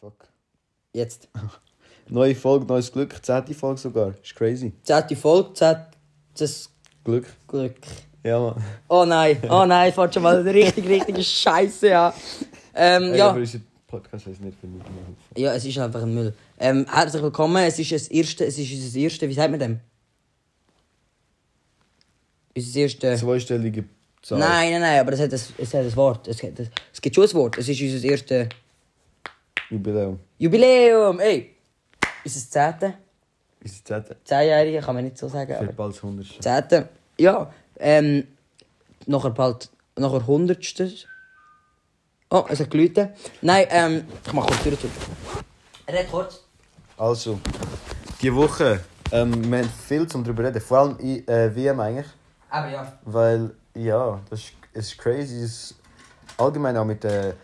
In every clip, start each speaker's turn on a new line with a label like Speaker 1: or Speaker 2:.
Speaker 1: fuck.
Speaker 2: Jetzt.
Speaker 1: Neue Folge, neues Glück. Zehnte Folge sogar. Ist crazy.
Speaker 2: Zehnte Folge, zehntes
Speaker 1: Glück.
Speaker 2: Glück.
Speaker 1: Ja, man.
Speaker 2: Oh nein, oh nein, fährt schon mal richtig, richtige Scheiße an. Ähm,
Speaker 1: Ey,
Speaker 2: ja.
Speaker 1: Aber unser Podcast heisst nicht genug. Mann.
Speaker 2: ja, es ist einfach ein Müll. Ähm, herzlich willkommen, es ist, das erste, es ist unser erste, wie sagt man dem? Unser erste...
Speaker 1: Zweistellige Zahl.
Speaker 2: Nein, nein, nein, aber es hat ein, es hat ein Wort. Es, hat, es gibt schon ein Wort. Es ist unser erste
Speaker 1: Jubiläum.
Speaker 2: Jubiläum. Ey, unser zehnte,
Speaker 1: Ist es zehnte?
Speaker 2: zehnjährige, kann man nicht so sagen. Aber
Speaker 1: Wird bald das hundertste.
Speaker 2: zehnte, ja. Ähm, nachher bald, nachher hundertste. Oh, es hat geläutet. Nein, ähm, ich mach kurz die Tür zu. Red kurz.
Speaker 1: Also, die Woche. Ähm, wir haben viel zum drüber reden. Vor allem in äh, WM eigentlich.
Speaker 2: Aber ja.
Speaker 1: Weil, ja, das ist, es ist crazy. Es ist allgemein auch mit der,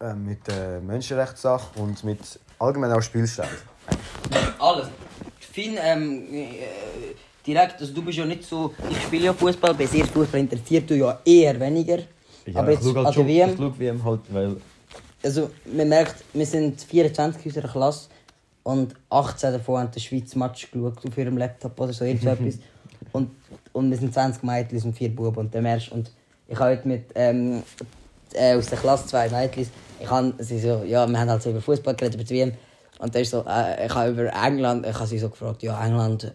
Speaker 1: äh, mit der Menschenrechtssache und mit allgemein auch Spielstand.
Speaker 2: Alles. Ich finde, ähm, äh, direkt, also du bist ja nicht so, ich spiele ja Fußball, bei sehr Fußball interessiert du ja eher weniger. aber jetzt, also an der WM,
Speaker 1: Ich schaue WM halt, weil...
Speaker 2: also man merkt, wir sind 24 in unserer Klasse und 18 davon haben den Schweiz Match geschaut auf ihrem Laptop oder so irgendetwas. und, und wir sind 20 Mädchen und 4 Buben und dann merkst du- und ich habe heute mit ähm, äh, aus der Klasse zwei Mädchen, ich habe sie so, ja, wir haben halt so über Fußball geredet, über die WM und dann ist so, äh, ich habe über England, ich habe sie so gefragt, ja England,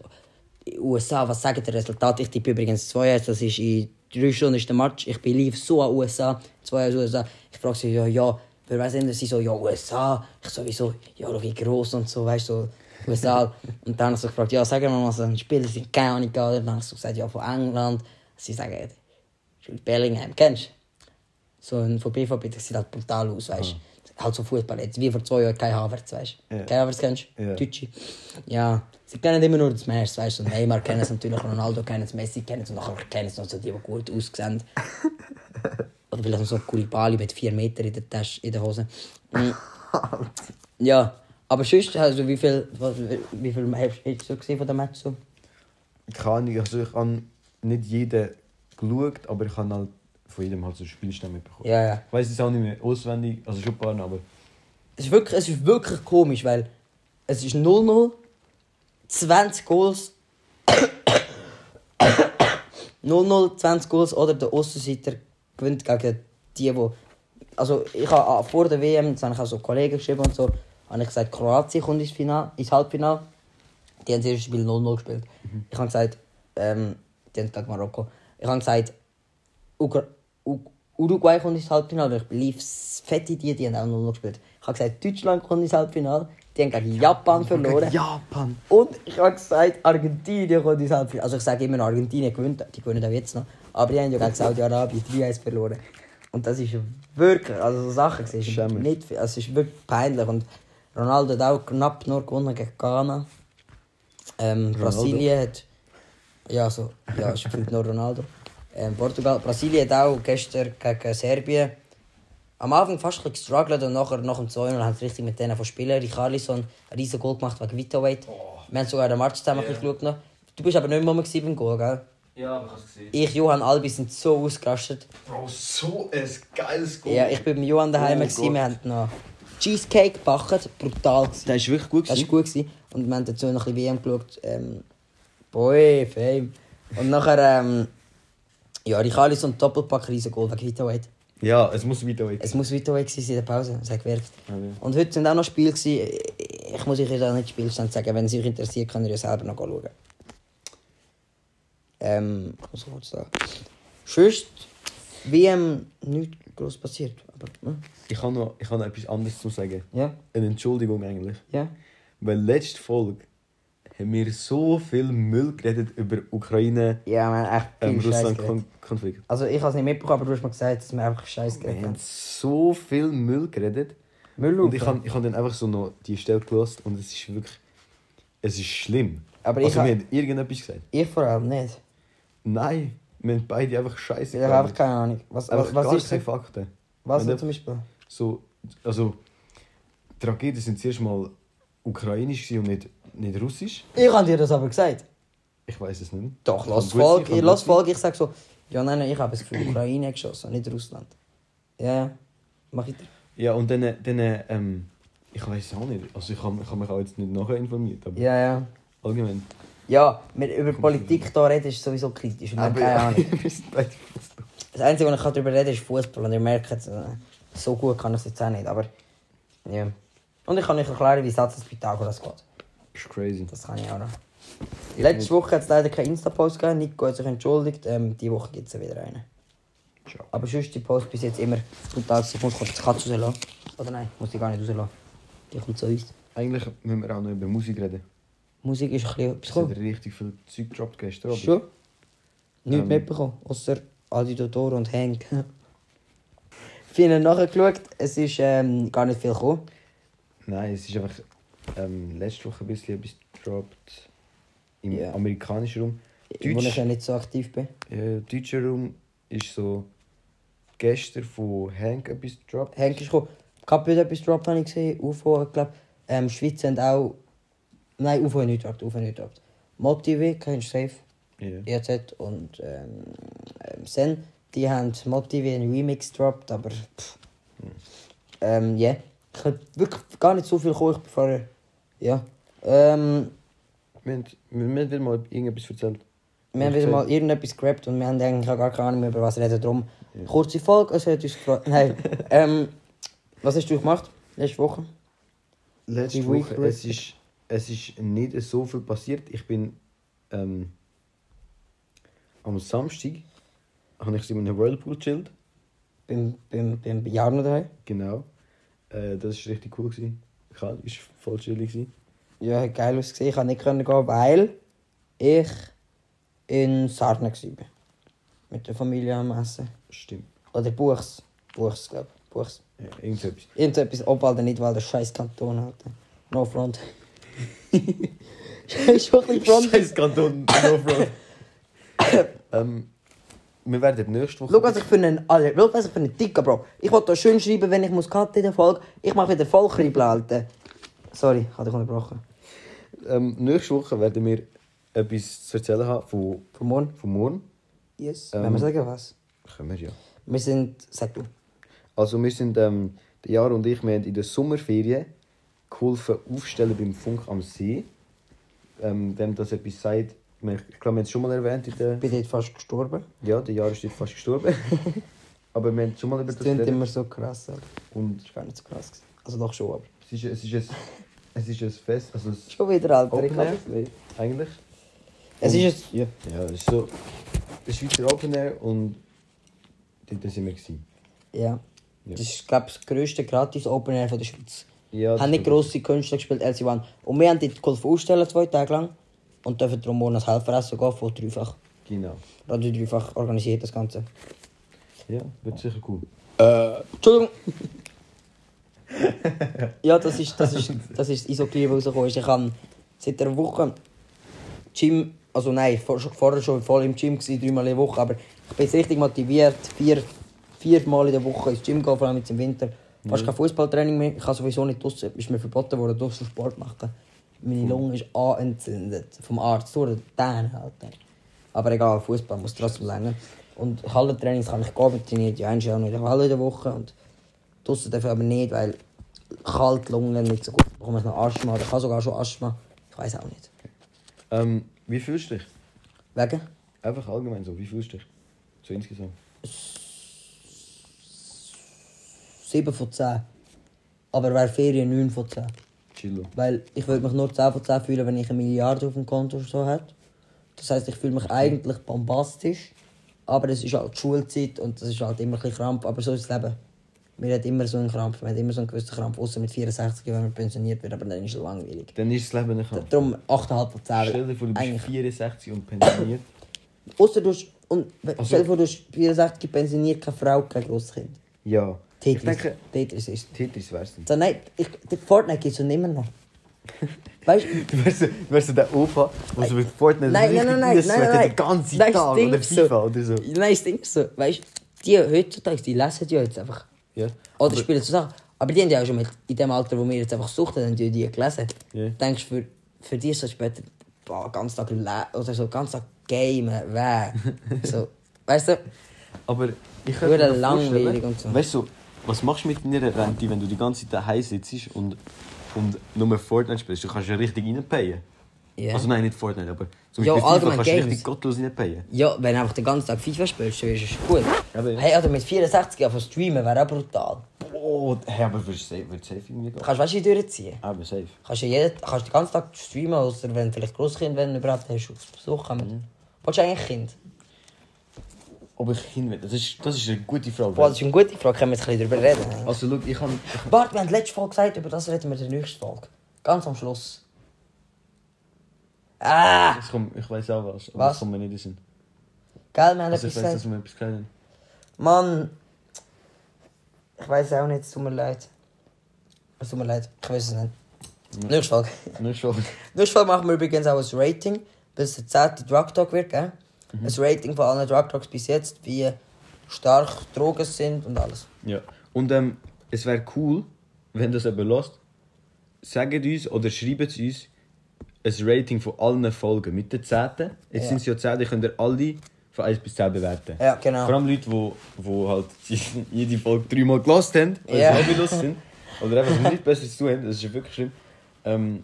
Speaker 2: USA, was sagen die Resultate? Ich tippe übrigens 2-1, das ist in drei Stunden ist der Match. Ich bin live so an USA, 2-1 USA. Ich frage sie, ja, ja, für was sind das? Sie so, ja, USA. Ich sowieso, ja, schau, wie gross und so, weißt du, so, USA. und dann habe ich so gefragt, ja, sag mir mal, was ein Spieler sind, keine Ahnung, oder? Dann habe ich so gesagt, ja, von England. Sie sagen, Jude Bellingham, kennst du? So ein von BVB, das sieht halt brutal aus, weißt du. Halt so Fußball jetzt, wie vor zwei Jahren kein Havertz, weißt du.
Speaker 1: Ah. Ja.
Speaker 2: Kein Havertz kennst du?
Speaker 1: Ja.
Speaker 2: Deutsche. Ja, sie kennen immer nur das Mers, weißt du. Und Neymar kennen es natürlich, Ronaldo kennen es, Messi kennen es und nachher kennen es noch so die, die gut aussehen. Oder vielleicht noch so ein Kulibali mit vier Meter in der Tasche, in der Hose. Mm. ja, aber sonst, also wie viel, was, wie viel hast hast du gesehen von dem Match so?
Speaker 1: Keine Ahnung, also ich habe nicht jeden geschaut, aber ich habe halt von jedem halt so Spielstand mitbekommen.
Speaker 2: Ja, ja.
Speaker 1: Ich weiss es auch nicht mehr auswendig, also schon ein paar, aber...
Speaker 2: Es ist wirklich, es ist wirklich komisch, weil es ist 0-0, 20 Goals. 0-0, 20 Goals oder der Aussenseiter gewinnt gegen die, die. Also ich habe ah, vor der WM, das habe ich auch so Kollegen geschrieben und so, habe ich gesagt, Kroatien kommt ins, Final, ins Halbfinale. Die haben das erste Spiel 0-0 gespielt. Ich habe gesagt, ähm, die haben gegen Marokko. Ich habe gesagt, Ugra- U- Uruguay kommt ins Halbfinale. Ich lief fett in die, die haben auch 0-0 gespielt. Ich habe gesagt, Deutschland kommt ins Halbfinale. Die haben gegen Japan verloren.
Speaker 1: Japan!
Speaker 2: Und ich habe gesagt, Argentinien kommt ins Halbfinale. Also ich sage immer, Argentinien gewinnt, die gewinnen auch jetzt noch. Aber die haben ja gegen Saudi-Arabien 3-1 verloren. Und das ist wirklich, also so Sachen gesehen, ist
Speaker 1: Schämmer.
Speaker 2: nicht viel, also es ist wirklich peinlich. Und Ronaldo hat auch knapp nur gewonnen gegen Ghana. Ähm, Brasilien hat, ja so, ja, es spielt nur Ronaldo. Ähm, Portugal, Brasilien hat auch gestern gegen Serbien am Anfang fast ein bisschen gestruggelt und nachher nach dem 2 haben sie richtig mit denen von Spielen. Richarlison ein riesen Goal gemacht wegen Vitaweight.
Speaker 3: Oh.
Speaker 2: Wir haben sogar den Match zusammen yeah. geschaut. noch. Du bist aber nicht mehr gewesen beim Goal, gell?
Speaker 3: Ja, aber ich hab's gesehen.
Speaker 2: Ich, Johann, Albi sind so ausgerastet.
Speaker 3: Bro, so ein geiles Goal.
Speaker 2: Ja, ich bin mit Johann daheim,
Speaker 1: Oh
Speaker 2: gewesen.
Speaker 1: Gott.
Speaker 2: wir haben noch Cheesecake gebacken, brutal. Gewesen.
Speaker 1: Das ist wirklich gut.
Speaker 2: Das war gut. Gewesen. Und wir haben dazu noch ein bisschen WM geschaut. Ähm, boy, Fame. Und nachher, ähm, ja, Richarlison Doppelpack, riesen Goal wegen Vitaweight.
Speaker 1: Ja, es muss weitergehen.
Speaker 2: Es muss weiter weg sein in der Pause, es hat gewirkt.
Speaker 1: Ah, Ja, ja.
Speaker 2: Und heute sind auch noch Spiele. Gewesen. Ich muss euch jetzt auch nicht den Spielstand sagen. Wenn es euch interessiert, könnt ihr ja selber noch schauen. Ähm, ich muss kurz da. Sonst, WM, nichts groß passiert. Aber, hm?
Speaker 1: Ich habe noch, ich habe noch etwas anderes zu sagen.
Speaker 2: Ja,
Speaker 1: Eine Entschuldigung eigentlich.
Speaker 2: ja.
Speaker 1: Weil letzte Folge haben wir so viel Müll geredet über Ukraine,
Speaker 2: Ja, man, echt viel
Speaker 1: ähm,
Speaker 2: Scheiß geredet.
Speaker 1: Russland-Konflikt.
Speaker 2: Also, ich habe es nicht mitbekommen, aber du hast mir gesagt, dass wir einfach Scheiß
Speaker 1: Wir
Speaker 2: geredet
Speaker 1: haben
Speaker 2: haben.
Speaker 1: so viel Müll geredet.
Speaker 2: Müll
Speaker 1: Und ich
Speaker 2: rauf, ja.
Speaker 1: habe ich hab dann einfach so noch die Stelle gelassen und es ist wirklich. Es ist schlimm.
Speaker 2: Aber ich
Speaker 1: also,
Speaker 2: hab-
Speaker 1: wir haben irgendetwas gesagt.
Speaker 2: Ich vor allem nicht.
Speaker 1: Nein, wir haben beide einfach scheiße
Speaker 2: Ich habe einfach keine Ahnung. Was,
Speaker 1: Einfach
Speaker 2: was, was
Speaker 1: gar
Speaker 2: ist
Speaker 1: keine
Speaker 2: so,
Speaker 1: Fakten.
Speaker 2: Was
Speaker 1: Wenn
Speaker 2: denn
Speaker 1: du-
Speaker 2: zum Beispiel?
Speaker 1: So, also, Tragödien sind zuerst mal ukrainisch gewesen und nicht, nicht russisch.
Speaker 2: Ich habe dir das aber gesagt.
Speaker 1: Ich weiß es nicht. mehr.
Speaker 2: Doch,
Speaker 1: Kann
Speaker 2: lass
Speaker 1: gut sein,
Speaker 2: Folge,
Speaker 1: kann
Speaker 2: ich lass
Speaker 1: gut sein.
Speaker 2: Folge, ich sag so, ja nein, nein ich habe es für die Ukraine geschossen, nicht Russland. Ja, ja, mach ich
Speaker 1: Ja, und dann, dann ähm, Ich weiß es auch nicht. Also ich habe ich hab mich auch jetzt nicht nachher informiert, aber
Speaker 2: Ja, ja.
Speaker 1: allgemein.
Speaker 2: Ja, wir über Politik hier reden ist sowieso kritisch. Und wir haben keine Ahnung.
Speaker 1: wir sind beide Fußball.
Speaker 2: Das Einzige, was ich darüber reden kann, ist Fußball. Und ihr merkt, äh, so gut kann ich es jetzt auch nicht. Aber ja. Und ich kann euch erklären, wie Satz des Pythagoras geht.
Speaker 1: ist crazy.
Speaker 2: Das kann ich auch noch. Letzte Woche hat es leider keinen Insta-Post gegeben. Nico hat sich entschuldigt. Ähm, diese Woche gibt es wieder einen.
Speaker 1: Ciao.
Speaker 2: Aber sonst die Post bis jetzt immer brutal. Ich muss kurz die Katze rauslassen. Oder nein, muss die gar nicht rauslassen. Die kommt zu uns.
Speaker 1: Eigentlich müssen wir auch noch über Musik reden.
Speaker 2: Musik ist ein bisschen etwas
Speaker 1: Es hat
Speaker 2: gekommen.
Speaker 1: richtig viel Zeug gedroppt gestern Abend.
Speaker 2: Schon? Nicht
Speaker 1: Ähm.
Speaker 2: mitbekommen, außer Adi Dodoro und Hank. Viele nachgeschaut, es ist ähm, gar nicht viel gekommen.
Speaker 1: Nein, es ist einfach ähm, letzte Woche ein bisschen etwas gedroppt. Im
Speaker 2: Ja.
Speaker 1: amerikanischen Raum.
Speaker 2: Wo ich
Speaker 1: Deutsch,
Speaker 2: ja nicht so aktiv bin.
Speaker 1: äh, deutscher Raum ist so gestern von Hank etwas gedroppt.
Speaker 2: Hank ist gekommen. Kapit etwas gedroppt, habe ich gesehen. UFO, ich glaube. Ähm, Schweiz haben auch. Nein, UFO hat nicht gedroppt, UFO hat nicht gedroppt. Motive, kennst du safe.
Speaker 1: Ja.
Speaker 2: EZ und ähm, ähm, Sen, die haben Motive einen Remix gedroppt, aber pff. Ähm, ja. Ich habe wirklich gar nicht so viel gekommen, ich bin vorher. Ja. Ähm,
Speaker 1: Wir, haben, wir haben wieder mal irgendetwas erzählt.
Speaker 2: wir haben wieder mal irgendetwas gerappt und wir haben eigentlich auch gar keine Ahnung mehr, über was reden. Darum, kurze Folge, es hat uns gefreut. Nein. ähm, was hast du gemacht letzte Woche?
Speaker 1: Letzte
Speaker 2: Die
Speaker 1: Woche,
Speaker 2: Week-
Speaker 1: es ist, es ist nicht so viel passiert. Ich bin ähm, am Samstag habe ich in einem Whirlpool chillt.
Speaker 2: Beim, beim, beim Jarno daheim?
Speaker 1: Genau. Äh, das war richtig cool. Gewesen. Ich war voll chillig. Gewesen.
Speaker 2: Ja, hat geil ausgesehen. Ich konnte nicht können gehen, weil ich in Sarnen war. Mit der Familie am Essen.
Speaker 1: Stimmt.
Speaker 2: Oder Buchs. Buchs, glaube ich. Buchs.
Speaker 1: Ja, irgendetwas.
Speaker 2: Irgendetwas, ob oder nicht, weil der scheiß Kanton hat. No front. Ist schon ein bisschen front.
Speaker 1: Scheiß Kanton, no front. ähm, wir werden nächste Woche.
Speaker 2: Schau, also- was ich für einen Alter, schau, was ich für einen Dicker, Bro. Ich wollte da schön schreiben, wenn ich muss cutten in der Folge. Ich mache wieder Vollkribbel, Alter. Sorry, ich habe dich unterbrochen.
Speaker 1: ähm, nächste Woche werden wir etwas zu erzählen haben von,
Speaker 2: Von morgen?
Speaker 1: von morgen.
Speaker 2: Yes.
Speaker 1: Ähm.
Speaker 2: Wenn wir sagen, was?
Speaker 1: Können wir ja.
Speaker 2: Wir sind, sag du.
Speaker 1: Also, wir sind, ähm, der Jaro und ich, wir haben in der Sommerferien geholfen aufstellen beim Funk am See. Ähm, wenn das etwas sagt, wir- ich glaube, wir haben es schon mal erwähnt. In der,
Speaker 2: Ich bin dort fast gestorben.
Speaker 1: ja, der Jaro ist jetzt fast gestorben. Aber wir haben schon mal über
Speaker 2: Das
Speaker 1: das
Speaker 2: klingt
Speaker 1: geredet.
Speaker 2: immer so krass, aber das
Speaker 1: Und
Speaker 2: ist gar nicht so krass. gewesen. Also doch schon, aber...
Speaker 1: es ist, es ist, ein, es ist ein Fest. Also es,
Speaker 2: Schon wieder, Alter.
Speaker 1: Open
Speaker 2: ich kann
Speaker 1: Air?
Speaker 2: das nicht.
Speaker 1: eigentlich.
Speaker 2: Es
Speaker 1: Und-
Speaker 2: ist ein... Ja.
Speaker 1: Ja, das ist so. Das Schweizer Open Air und dort sind wir. Gewesen.
Speaker 2: ja.
Speaker 1: Ja.
Speaker 2: Das ist, glaube ich, das grösste Gratis-Open Air von der Schweiz.
Speaker 1: Ja,
Speaker 2: haben nicht grosse Künstler gespielt, LC1. Und wir haben dort geholfen ausstellen, zwei Tage lang. Und dürfen darum morgen als Helferessen gehen, von dreifach.
Speaker 1: Genau.
Speaker 2: Radio dreifach organisiert das Ganze.
Speaker 1: Ja, wird sicher cool.
Speaker 2: Entschuldigung! ja, das ist das, ist, das, ist das Isoclear, was rausgekommen ist. Ich habe seit einer Woche Gym, also nein, vor, schon- vorher schon voll im Gym, gewesen, dreimal in der Woche, aber ich bin jetzt richtig motiviert, vier, viermal in der Woche ins Gym gehen, vor allem jetzt im Winter. Fast kein Fußballtraining mehr, ich kann sowieso nicht draussen, ist mir verboten worden, draussen Sport machen. Meine Lunge ist anentzündet, vom Arzt, durch den Zähne halt. Aber egal, Fußball muss trotzdem länger. Und Hallentrainings kann ich gar nicht trainieren, ja, eigentlich auch noch in der Halle in der Woche. Und Draussen darf ich aber nicht, weil kalt Lunge nicht so gut. Ich bekomme ich noch Asthma oder ich habe sogar schon Asthma. Ich weiß auch nicht.
Speaker 1: Ähm, wie fühlst du dich?
Speaker 2: Wegen?
Speaker 1: Einfach allgemein so, wie fühlst du dich? So insgesamt.
Speaker 2: 7 von 10. Aber wäre Ferien 9 von 10.
Speaker 1: Chillo.
Speaker 2: Weil ich würde mich nur 10 von 10 fühlen, wenn ich eine Milliarde auf dem Konto oder so hätte. Das heisst, ich fühle mich eigentlich bombastisch. Aber es ist halt die Schulzeit und das ist halt immer ein bisschen Krampf. Aber so ist das Leben. Wir haben immer so einen Krampf, wir haben immer so einen gewissen Krampf. Außer mit 64, wenn man pensioniert wird, aber dann ist es langweilig.
Speaker 1: Dann ist das Leben nicht anders.
Speaker 2: Darum 8,5 von 10.
Speaker 1: Stell dir vor, du
Speaker 2: Eigentlich-
Speaker 1: bist 64 und pensioniert.
Speaker 2: Ausser du hast, und, stell dir vor, du hast 64 pensioniert, keine Frau, kein Grosskind.
Speaker 1: Ja.
Speaker 2: Tetris.
Speaker 1: Ich denke,
Speaker 2: Tetris ist.
Speaker 1: Tetris wär's denn.
Speaker 2: So, nein, ich, der Fortnite gibt es nicht mehr noch. Weißt du?
Speaker 1: Du wärst, so- du wärst so der Opa, der so mit Fortnite
Speaker 2: Nein, nein, nein, nein, nein, nein, nein.
Speaker 1: den ganzen
Speaker 2: Nein,
Speaker 1: Tag
Speaker 2: stimmt
Speaker 1: oder FIFA
Speaker 2: so.
Speaker 1: oder so.
Speaker 2: Nein, das Ding ist so, weißt du, die heutzutage, die lesen ja jetzt einfach.
Speaker 1: Ja.
Speaker 2: Oder spielen so Sachen. Aber Ah, die haben ja auch schon mit, in dem Alter, wo wir jetzt einfach suchten, haben die die gelesen.
Speaker 1: Ja.
Speaker 2: Denkst du, für, für die ist das später, boah, ganz Tag le- oder so, ganz Tag gamen, weh. so, weißt du?
Speaker 1: Aber ich
Speaker 2: Nur
Speaker 1: könnte mir
Speaker 2: langweilig
Speaker 1: vorstellen,
Speaker 2: und so.
Speaker 1: Weißt du, was machst du mit deiner Rente, wenn du die ganze Zeit daheim sitzt und und nur Fortnite spielst, du kannst ja richtig reinpayen.
Speaker 2: Ja.
Speaker 1: Also nein, nicht nou Fortnite, aber zum
Speaker 2: Ja,
Speaker 1: Beispiel FIFA
Speaker 2: allgemein
Speaker 1: kannst du
Speaker 2: Games.
Speaker 1: richtig gottlos reinpayen.
Speaker 2: Ja, wenn du einfach den ganzen Tag FIFA spielst, dann ist es gut.
Speaker 1: Aber ja.
Speaker 2: Hey, Alter, mit 64 einfach streamen wäre auch brutal.
Speaker 1: Boah, Oh, hey, aber wird safe, wird safe irgendwie gehen.
Speaker 2: Kannst du weißt, du, durchziehen.
Speaker 1: Aber Ah, safe.
Speaker 2: Kannst du jeden, kannst den ganzen Tag streamen, außer wenn vielleicht Großkind, wenn überhaupt hast, auf Besuch kommen.
Speaker 1: Mhm.
Speaker 2: Willst du eigentlich Kind?
Speaker 1: Ob ich hin will, das ist, das ist eine gute Frage.
Speaker 2: Boah, das ist eine gute Frage, können wir jetzt ein bisschen darüber reden.
Speaker 1: Also schau, ich kann...
Speaker 2: Bart, wir haben letzte Folge gesagt, über das reden wir in der nächsten Folge. Ganz am Schluss. Ah!
Speaker 1: Ich, komm, ich weiß auch was, aber
Speaker 2: Was?
Speaker 1: das kommt mir nicht in den Sinn.
Speaker 2: Gell, wir haben
Speaker 1: Also ich
Speaker 2: etwas
Speaker 1: weiß, dass
Speaker 2: gesagt.
Speaker 1: wir etwas kennen.
Speaker 2: Mann! Ich weiß auch nicht, es tut mir leid. Es tut mir leid, ich weiß es nicht.
Speaker 1: Mhm.
Speaker 2: Nächste Folge.
Speaker 1: Nicht schon.
Speaker 2: Nächste Folge machen wir übrigens auch ein Rating, bis der 10. Drug Talk wird, gell?
Speaker 1: Mhm.
Speaker 2: Ein Rating von allen Drug Talks bis jetzt, wie eh, stark Drogen sind und alles.
Speaker 1: Ja. Und ähm, es wäre cool, wenn das jemand lässt, sagt uns oder schreibt uns ein Rating von allen Folgen mit den 10. Jetzt
Speaker 2: Ja.
Speaker 1: sind es ja 10, die könnt ihr alle von 1 bis 10 bewerten.
Speaker 2: Ja, genau.
Speaker 1: Vor allem Leute, die wo, wo halt jede Folge dreimal gelost haben, weil
Speaker 2: Ja.
Speaker 1: sie hobbylos sind. Oder einfach nichts Besseres zu tun haben, das ist ja wirklich schlimm. Ähm,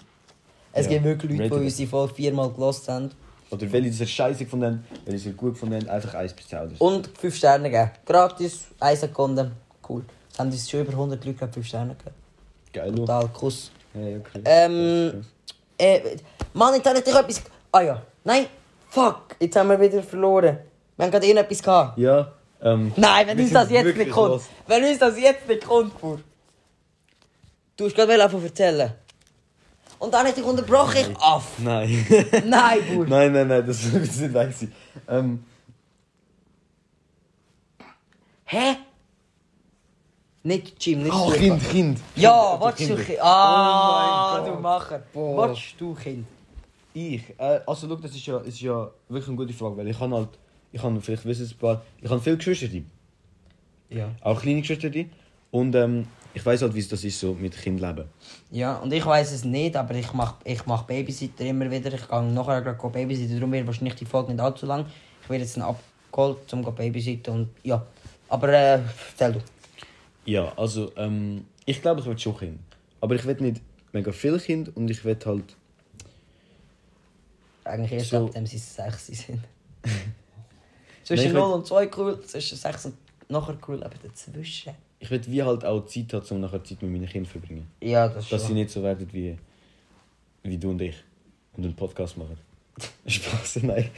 Speaker 2: Es
Speaker 1: Ja.
Speaker 2: gibt wirklich Leute,
Speaker 1: Rating.
Speaker 2: die unsere Folge viermal gelost haben.
Speaker 1: oder welche sie scheiße gefunden haben, welche sie gut gefunden haben, einfach 1 bis 10. Oder so.
Speaker 2: Und 5 Sterne geben. Gratis, 1 Sekunde. Cool. Es haben uns schon über 100 Leute 5 Sterne gegeben.
Speaker 1: Geil, oder?
Speaker 2: Total Kuss.
Speaker 1: Ja, ja, okay.
Speaker 2: Ähm. Äh, Mann, jetzt habe ich dich etwas. Ah ja. Nein. Fuck. Jetzt haben wir wieder verloren. Wir haben gerade irgendetwas gehabt.
Speaker 1: Ja, ähm,
Speaker 2: Nein, wenn
Speaker 1: wir
Speaker 2: uns das
Speaker 1: sind
Speaker 2: jetzt nicht
Speaker 1: wirklich
Speaker 2: kommt.
Speaker 1: lost.
Speaker 2: Wenn uns das jetzt nicht kommt, Bur. Du hast gerade davon erzählen. Und dann hätte ich dich unterbrochen. Ich aff.
Speaker 1: Nein.
Speaker 2: Ah, Nein, Bur.
Speaker 1: Nein, nein, nein, das ist ein bisschen lang. gewesen. Ähm,
Speaker 2: Hä? Nicht Jim, nicht
Speaker 1: oh,
Speaker 2: Fußball.
Speaker 1: Kind, Kind.
Speaker 2: Ja,
Speaker 1: Kind,
Speaker 2: was du
Speaker 1: Kinder.
Speaker 2: Kind? Ah,
Speaker 1: Oh mein
Speaker 2: du
Speaker 1: Gott.
Speaker 2: Macher.
Speaker 1: Boah.
Speaker 2: Was du Kind?
Speaker 1: Ich, äh, also schau, das ist ja, ist ja wirklich eine gute Frage, weil ich habe halt, ich habe vielleicht wissen es ein paar, ich habe viele Geschwister,
Speaker 2: Ja.
Speaker 1: auch kleine Geschwister, und ähm, ich weiß halt, wie es das ist, so mit Kind leben.
Speaker 2: Ja, und ich weiß es nicht, aber ich mach, ich mach Babysitter immer wieder. Ich gehe nachher gerade go Babysitter, darum wird wahrscheinlich die Folge nicht allzu lang. Ich werde jetzt dann abgeholt, um go Babysitten und ja. Aber äh, erzähl du.
Speaker 1: Ja, also, ähm, ich glaube, ich will schon Kind. Aber ich will nicht mega viel Kind und ich will halt,
Speaker 2: Eigentlich erst
Speaker 1: So.
Speaker 2: ab dem sie 6 sind. Zwischen
Speaker 1: Nein, ich
Speaker 2: 0
Speaker 1: will-
Speaker 2: und 2 cool, zwischen 6 und nachher cool, aber dazwischen.
Speaker 1: ich will wie halt auch Zeit haben, um nachher Zeit mit meinen Kindern zu verbringen.
Speaker 2: Ja, das
Speaker 1: Dass sie
Speaker 2: schon.
Speaker 1: nicht so werden wie, wie du und ich und einen Podcast machen. Spaß, nein.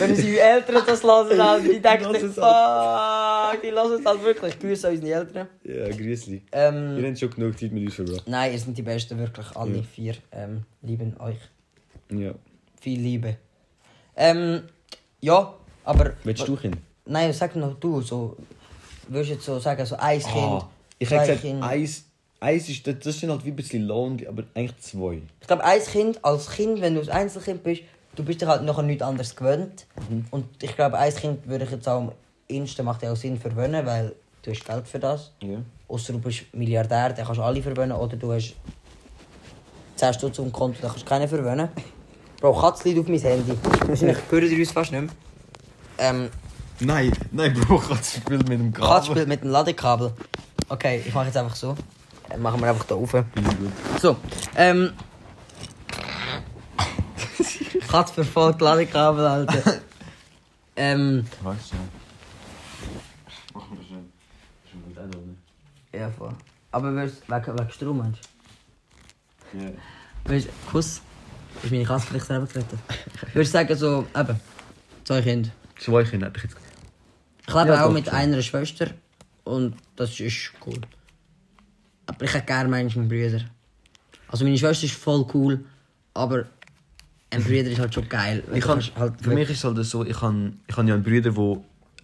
Speaker 2: Wenn unsere Eltern das hören, dann die denken
Speaker 1: Lass
Speaker 2: sich,
Speaker 1: es
Speaker 2: fuck, die lassen es halt wirklich. Grüße an unsere Eltern.
Speaker 1: Ja, grüßli.
Speaker 2: Ähm,
Speaker 1: Ihr habt schon genug Zeit mit uns verbracht.
Speaker 2: Nein, ihr sind die Besten, wirklich. Alle
Speaker 1: Ja.
Speaker 2: vier ähm, lieben euch.
Speaker 1: Ja.
Speaker 2: Viel Liebe. Ähm, ja, aber...
Speaker 1: Willst du Kind?
Speaker 2: Nein, sag noch du, so... Würdest du jetzt so sagen, so ein Kind,
Speaker 1: Ah, ich
Speaker 2: zwei
Speaker 1: hätte gesagt,
Speaker 2: Kinder.
Speaker 1: eins, eins ist, das, das sind halt wie ein bisschen lonely, aber eigentlich zwei.
Speaker 2: Ich glaube, ein Kind, als Kind, wenn du ein Einzelkind bist, du bist dich halt nachher nichts anderes gewöhnt. Und ich glaube, ein Kind würde ich jetzt auch am ehesten, macht ja auch Sinn, verwöhnen, weil du hast Geld für das.
Speaker 1: Ja.
Speaker 2: Außer du bist Milliardär, dann kannst du alle verwöhnen. Oder du hast 10 Stutz auf dem Konto, dann kannst du keinen verwöhnen. Bro, Katz liegt auf mein Handy. Wahrscheinlich hören sie uns fast nicht mehr. Ähm,
Speaker 1: Nein, nein, Bro, Katz spielt mit dem
Speaker 2: Katz spielt mit dem Ladekabel. Okay, ich mache jetzt einfach so. Äh, Machen wir einfach da auf. So, ähm... Katz verfolgt Ladekabel, Alter. ähm...
Speaker 1: Weißt du? Machen wir schnell. Schon mit einer, ne?
Speaker 2: Ja, voll. Aber wegen, wegen Strom, meinst
Speaker 1: Ja.
Speaker 2: Weißt du, Kuss? Ist meine Katze vielleicht selber gerettet? Würdest du sagen, so, eben, zwei Kinder.
Speaker 1: Zwei Kinder hätte ich jetzt gesagt.
Speaker 2: Ich lebe
Speaker 1: Ja,
Speaker 2: auch
Speaker 1: doch,
Speaker 2: mit
Speaker 1: schon.
Speaker 2: einer Schwester und das ist cool. Aber ich hätte gerne Menschen mit Brüder. Also meine Schwester ist voll cool, aber ein Bruder ist halt schon geil. weil
Speaker 1: Ich
Speaker 2: du
Speaker 1: kann,
Speaker 2: kannst halt
Speaker 1: für mich ist es halt so, ich habe ich hab ja einen Bruder, der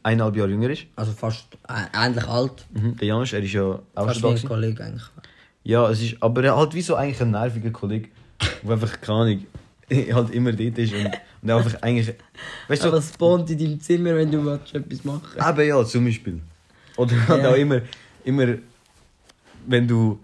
Speaker 1: eineinhalb Jahre jünger ist.
Speaker 2: Also fast ä- ähnlich alt.
Speaker 1: Mhm. Der Janusz, er ist ja auch
Speaker 2: Fast
Speaker 1: schon da.
Speaker 2: wie ein
Speaker 1: gewesen.
Speaker 2: Kollege eigentlich.
Speaker 1: Ja, es ist, aber er hat wie so eigentlich ein nerviger Kollege, der einfach keine Ahnung, halt immer dort ist und, und er einfach eigentlich, weißt du,
Speaker 2: Aber es spawnt in deinem Zimmer, wenn du willst, etwas machen willst.
Speaker 1: aber ja, zum Beispiel. Oder halt
Speaker 2: Ja.
Speaker 1: auch immer, immer, wenn du,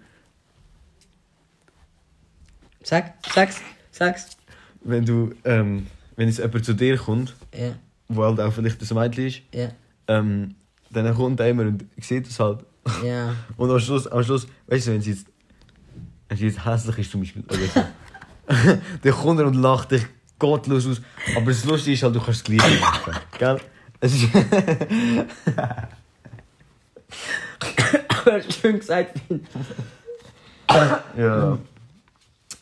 Speaker 2: Sag, sag's, sag's.
Speaker 1: wenn du, ähm, wenn jetzt jemand zu dir kommt,
Speaker 2: Ja,
Speaker 1: wo halt auch vielleicht ein Mädchen ist,
Speaker 2: ja,
Speaker 1: ähm, dann kommt er immer und sieht das halt
Speaker 2: ja.
Speaker 1: und am Schluss, am Schluss, weißt du, wenn sie jetzt Wenn sie jetzt hässlich ist, zum Beispiel. Oder so. dann kommt er und lacht dich gottlos aus. Aber das Lustige ist halt, du kannst es gleich machen. Gell? Es ist.
Speaker 2: Du hast schön gesagt, Finn.
Speaker 1: ja.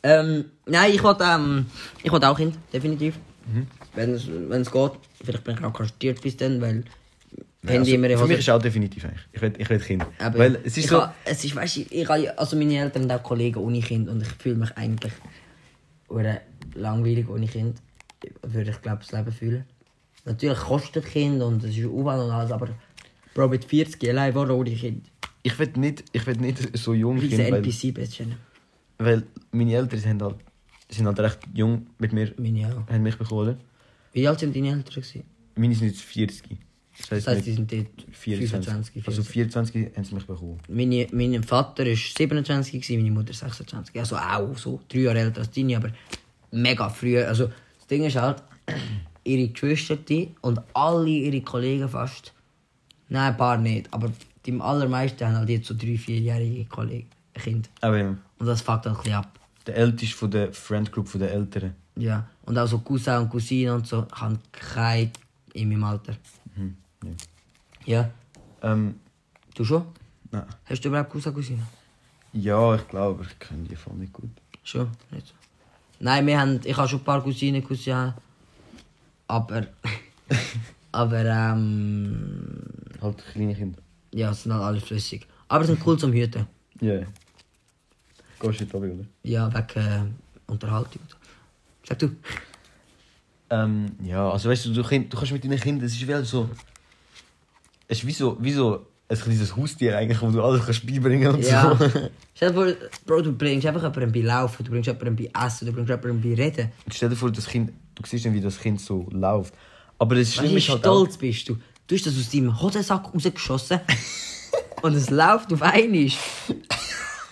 Speaker 2: Ähm, nein, ich wollte ähm, ich wollte auch Kind, definitiv. Wenn es wenn es geht. Vielleicht bin ich auch konzentriert bis dann, weil Handy immer in
Speaker 1: für
Speaker 2: Hose-
Speaker 1: mich ist auch definitiv eigentlich. Ich will, ich will Kind.
Speaker 2: Aber
Speaker 1: Weil es
Speaker 2: ich
Speaker 1: ist so.
Speaker 2: ha- es ist, weißt, ich, ich, ha ja- also meine Eltern sind auch Kollegen ohne Kind und ich fühle mich eigentlich oder langweilig ohne Kind. Würde ich glaube das Leben fühlen. Natürlich kostet Kind und es ist Aufwand und alles, aber Bro, mit 40 allein war ohne Kind.
Speaker 1: Ich will nicht, ich will nicht so jung
Speaker 2: Wie ein
Speaker 1: Kind, weil,
Speaker 2: NPC bisschen.
Speaker 1: weil meine Eltern sind halt, sind halt recht jung mit mir.
Speaker 2: Meine auch.
Speaker 1: Haben mich bekommen. oder?
Speaker 2: Wie alt sind deine Eltern? gewesen?
Speaker 1: Meine sind jetzt 40. Das heisst,
Speaker 2: Das heisst, die
Speaker 1: mit
Speaker 2: sind dort
Speaker 1: 24.
Speaker 2: 25,
Speaker 1: Also
Speaker 2: 24.
Speaker 1: 24 haben sie mich bekommen.
Speaker 2: Meine, mein Vater war 27, gewesen, meine Mutter 26. Also auch so drei Jahre älter als deine, aber mega früh. Also das Ding ist halt, ihre Geschwister und alle ihre Kollegen fast. Nein, ein paar nicht, aber die allermeisten haben halt jetzt so drei, vierjährige Kollegen, Kinder.
Speaker 1: Aber ja,
Speaker 2: Und das fuckt halt ein bisschen ab.
Speaker 1: der Älteste von der Friend Group von der Älteren.
Speaker 2: Ja. Und auch so Cousin und Cousine und so haben keine in meinem Alter. ja.
Speaker 1: Mhm. Ähm,
Speaker 2: Du schon?
Speaker 1: nein.
Speaker 2: Hast du überhaupt Cousin, Cousine?
Speaker 1: Ja, ich glaube, ich kenne die voll nicht gut.
Speaker 2: Schon, nicht so. Nein, wir haben, ich habe schon ein paar Cousinen, Cousins. Aber. aber, ähm.
Speaker 1: Halt kleine Kinder.
Speaker 2: Ja, es sind halt alle flüssig. Aber sie sind cool zum Hüten.
Speaker 1: Ja. Yeah. Gehst du heute Abend, oder?
Speaker 2: Ja, wegen äh, Unterhaltung. und so. Sag du.
Speaker 1: Ähm, ja, also weißt du, du, kind, du kannst mit deinen Kindern, es ist wie so. Es ist wie so, wie so ein kleines Haustier eigentlich, wo du alles kannst beibringen und
Speaker 2: Ja.
Speaker 1: so.
Speaker 2: Stell dir vor, Bro, du bringst einfach jemanden bei Laufen, du bringst jemanden bei Essen, du bringst jemanden bei Reden.
Speaker 1: Und stell dir vor, das Kind, du siehst dann, wie das Kind so läuft. Aber das
Speaker 2: Weißt du,
Speaker 1: Schlimme
Speaker 2: wie
Speaker 1: ist halt auch,
Speaker 2: stolz bist du? Du hast das aus deinem Hosensack rausgeschossen und es läuft auf einmal.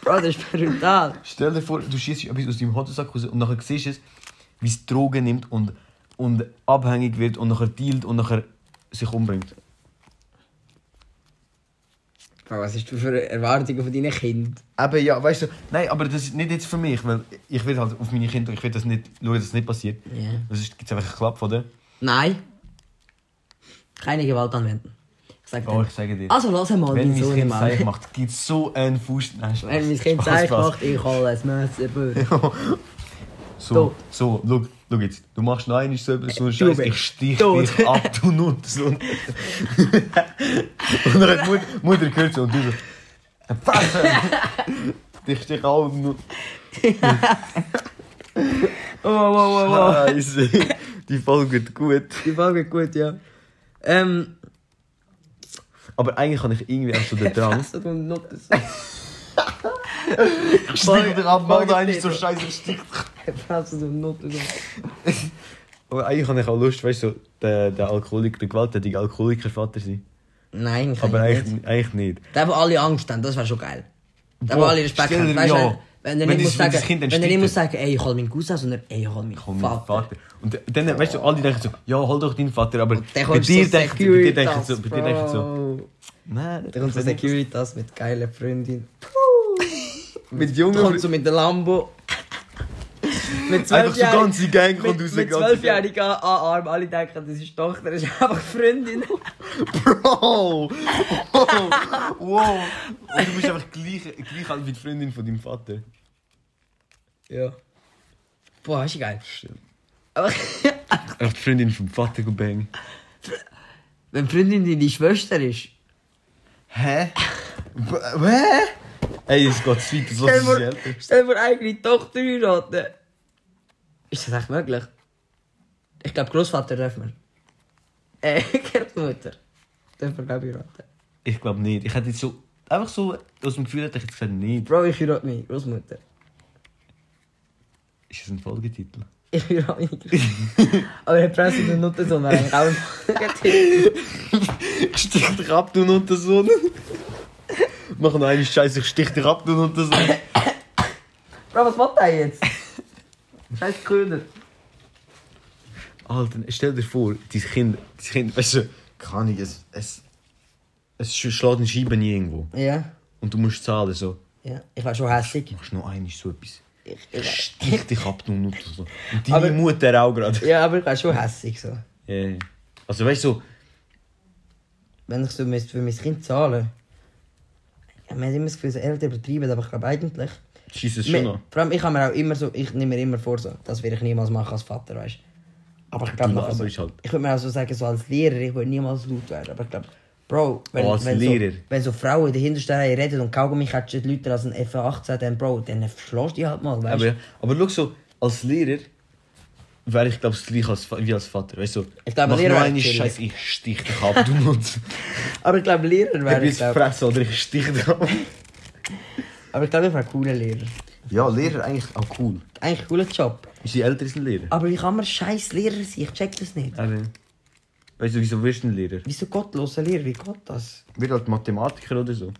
Speaker 2: Bro, das ist brutal.
Speaker 1: Stell dir vor, du schießt etwas aus deinem Hosensack raus und nachher siehst du es, wie es Drogen nimmt und, und abhängig wird und nachher dealt und nachher sich umbringt.
Speaker 2: Bro, was hast du für Erwartungen von deinen Kindern?
Speaker 1: Eben, ja, weißt du, nein, aber das ist nicht jetzt für mich, weil ich will halt auf meine Kinder, ich will das nicht, schauen, dass das nicht passiert.
Speaker 2: Ja.
Speaker 1: Das ist, gibt's einfach einen Klapp, oder?
Speaker 2: Nein. Keine Gewalt anwenden. Ich sag
Speaker 1: Oh,
Speaker 2: dir.
Speaker 1: ich sage dir.
Speaker 2: Also lass mal
Speaker 1: wenn
Speaker 2: meinen
Speaker 1: mein
Speaker 2: Sohn
Speaker 1: Kind Zeich
Speaker 2: mal.
Speaker 1: macht, gibt so einen Fuß. Nein, Spaß.
Speaker 2: Wenn mein Kind
Speaker 1: Spaß,
Speaker 2: Zeug
Speaker 1: Spaß.
Speaker 2: macht, ich hole es Messer. Bro.
Speaker 1: So, so, schau, schau jetzt. Du machst noch einmal so
Speaker 2: Eh,
Speaker 1: etwas, so einen Scheiß,
Speaker 2: bist
Speaker 1: ich stich
Speaker 2: tot.
Speaker 1: dich ab, du Nutz. Und und dann hat die Mut, Mutter gehört so und du so, Pfeffer! Dich stich ab, du Nutz.
Speaker 2: Oh, wow, wow, wow.
Speaker 1: Scheiße, Ah, die Folge wird gut.
Speaker 2: Die Folge ist gut, ja. Ähm.
Speaker 1: Aber eigentlich habe ich irgendwie auch so den Drang.
Speaker 2: Messer und Nuttes.
Speaker 1: Ich stich dich ab, mach
Speaker 2: Folge
Speaker 1: noch einmal so
Speaker 2: Titel.
Speaker 1: Scheiße, ich stich dich.
Speaker 2: Messer und Nuttes.
Speaker 1: Aber eigentlich habe ich auch Lust, weißt du, so, der, der Alkoholiker, der gewalttätige Alkoholikervater sein.
Speaker 2: Nein, kann
Speaker 1: Aber
Speaker 2: ich nicht.
Speaker 1: eigentlich, eigentlich nicht.
Speaker 2: Da wo alle Angst haben, das wäre schon geil. Da wo
Speaker 1: Boah,
Speaker 2: alle Respekt
Speaker 1: stell
Speaker 2: haben.
Speaker 1: dir-
Speaker 2: Weißt,
Speaker 1: ja.
Speaker 2: du, wenn, wenn, er
Speaker 1: Wenn
Speaker 2: nicht
Speaker 1: das-
Speaker 2: muss
Speaker 1: wenn
Speaker 2: sagen,
Speaker 1: das Kind
Speaker 2: wenn er
Speaker 1: entsteht,
Speaker 2: nicht muss
Speaker 1: dann-
Speaker 2: sagen, ey, ich hol meinen Cousin, sondern ey, ich hol meinen
Speaker 1: Komm,
Speaker 2: Vater.
Speaker 1: Vater. Vater. Und dann, weißt du, alle denken so, ja, hol doch deinen Vater, aber
Speaker 2: Der
Speaker 1: bei
Speaker 2: kommt so
Speaker 1: dir denken bei dir denken
Speaker 2: Securitas,
Speaker 1: so, bei dir denken so,
Speaker 2: Bro.
Speaker 1: nein,
Speaker 2: Der kommt so
Speaker 1: ich will nicht-
Speaker 2: Securitas mit geiler Freundin.
Speaker 1: mit
Speaker 2: Der kommt so
Speaker 1: jungen,
Speaker 2: mit der Lambo. mit
Speaker 1: einfach so
Speaker 2: 12-jährig-
Speaker 1: ganze Gang
Speaker 2: mit,
Speaker 1: kommt raus,
Speaker 2: mit
Speaker 1: ganze
Speaker 2: 12-jährigen an- Arm, alle denken, das ist Tochter, das ist einfach Freundin.
Speaker 1: Gang. Bro, wow, Oh, wow, und du bist einfach gleich, gleich alt wie die Freundin von deinem Vater.
Speaker 2: ja. Boah, ist geil.
Speaker 1: Stimmt.
Speaker 2: Aber
Speaker 1: Einfach die Freundin vom Vater gebang.
Speaker 2: wenn die Freundin deine Schwester ist,
Speaker 1: Hä? B- Hä? Ey, es geht zu weit, das
Speaker 2: stell
Speaker 1: lass uns
Speaker 2: dir
Speaker 1: älter.
Speaker 2: vor- stell dir vor, eigene Tochter heiraten. Ist das echt möglich? Ich glaube, Großvater dürfen wir. Äh, Großmutter. Dürfen wir, glaube ich, heiraten.
Speaker 1: Ich glaube nicht, ich hätte jetzt so, einfach so aus dem Gefühl hätte ich jetzt gesagt, nicht.
Speaker 2: Bro, ich heirate meine Großmutter.
Speaker 1: Ist das ein Folgetitel?
Speaker 2: Ich heirate meine Großmutter. Aber der Prinz und der Nuttensohn wäre eigentlich auch ein Folgetitel.
Speaker 1: Stich dich ab, du Untersohn. Mach noch eine Scheiße, ich stich dich ab, du Untersohn.
Speaker 2: Bro, was macht der jetzt? Scheiß Köder.
Speaker 1: Alter, stell dir vor, dein Kind, dein Kind, weißt du, keine Ahnung, es, es, es sch- schlägt eine Scheibe nie irgendwo.
Speaker 2: Ja,
Speaker 1: Und du musst zahlen, so.
Speaker 2: Ja, ich war schon hässig.
Speaker 1: Machst noch einmal so etwas.
Speaker 2: Ich,
Speaker 1: Ich
Speaker 2: ich,
Speaker 1: stich dich ab, du Nutter. So. Und deine
Speaker 2: Aber-
Speaker 1: Mutter auch gerade.
Speaker 2: ja, aber ich war schon hässig. So.
Speaker 1: Ja. Also weißt du, so,
Speaker 2: Wenn ich so müsste für mein Kind zahlen ja, Man hat immer das Gefühl, so Eltern übertreiben, aber ich glaube eigentlich.
Speaker 1: schießt es schon
Speaker 2: Mir,
Speaker 1: noch.
Speaker 2: vor allem, ich habe mir auch immer so, ich nehme mir immer vor, so, das werde ich niemals machen als Vater, weißt du. Aber ich glaube,
Speaker 1: Du
Speaker 2: nachher so,
Speaker 1: laberst halt.
Speaker 2: ich würde mir auch so sagen, so als Lehrer, ich würde niemals laut werden, aber ich glaube, Bro, wenn,
Speaker 1: Oh, als
Speaker 2: wenn,
Speaker 1: Lehrer.
Speaker 2: So, wenn so Frauen in der hintersten Reihe reden und Kaugummi catchen die Leute als ein F18, dann Bro, dann verschloss die halt mal, weißt
Speaker 1: Aber,
Speaker 2: du.
Speaker 1: aber schau so, als Lehrer wäre ich glaube ich das gleiche als, Fa- wie als Vater. Weißt du, so,
Speaker 2: Ich glaube,
Speaker 1: mach
Speaker 2: Lehrer
Speaker 1: noch
Speaker 2: wäre
Speaker 1: eine
Speaker 2: chillig.
Speaker 1: Scheiße, ich stich dich ab, du Nutter.
Speaker 2: Aber ich glaube, Lehrer
Speaker 1: Ich
Speaker 2: wäre,
Speaker 1: bin
Speaker 2: ich glaub,
Speaker 1: Fresse oder ich stich dich ab.
Speaker 2: aber ich glaube, ich wäre ein cooler Lehrer.
Speaker 1: Ja, Lehrer eigentlich auch cool.
Speaker 2: Eigentlich ein cooler Job.
Speaker 1: Unsere Eltern sind Lehrer.
Speaker 2: Aber wie kann man scheiß Lehrer sein? Ich check das nicht.
Speaker 1: Aber, weißt du, wieso wirst du ein Lehrer?
Speaker 2: Wieso gottloser Lehrer? Wie geht das?
Speaker 1: Wird halt Mathematiker oder so?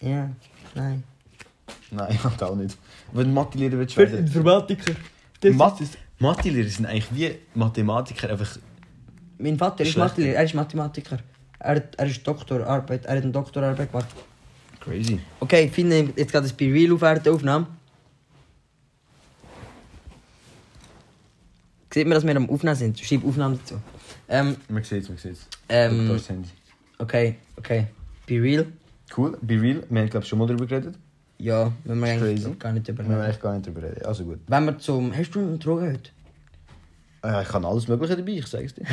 Speaker 2: Ja, nein.
Speaker 1: Nein, halt auch nicht. Wenn Mathelehrer willst,
Speaker 2: Für Informatiker. Das
Speaker 1: Mathe, Mathelehrer sind eigentlich wie Mathematiker, einfach
Speaker 2: Mein Vater ist
Speaker 1: Schlecht.
Speaker 2: Mathelehrer, er ist Mathematiker. Er, hat- er ist Doktorarbeit, er hat eine Doktorarbeit gemacht.
Speaker 1: crazy.
Speaker 2: Okay, ich finde, jetzt geht es bei Real auf ne? während der Aufnahme. Sieht man, dass wir am Aufnehmen sind? Schreib Aufnahme dazu. Ähm,
Speaker 1: Man sieht's, man sieht's.
Speaker 2: Ähm,
Speaker 1: Da ist das Handy.
Speaker 2: okay, okay. Be real?
Speaker 1: Cool, be real, wir haben glaube ich schon mal darüber geredet.
Speaker 2: Ja, wenn wir eigentlich
Speaker 1: Crazy.
Speaker 2: gar nicht
Speaker 1: Wir haben
Speaker 2: übernehmen.
Speaker 1: eigentlich gar nicht darüber reden. Also gut.
Speaker 2: Wenn wir zum... Hast du einen Drogen heute?
Speaker 1: Äh, Ich kann alles Mögliche dabei, ich sag's dir.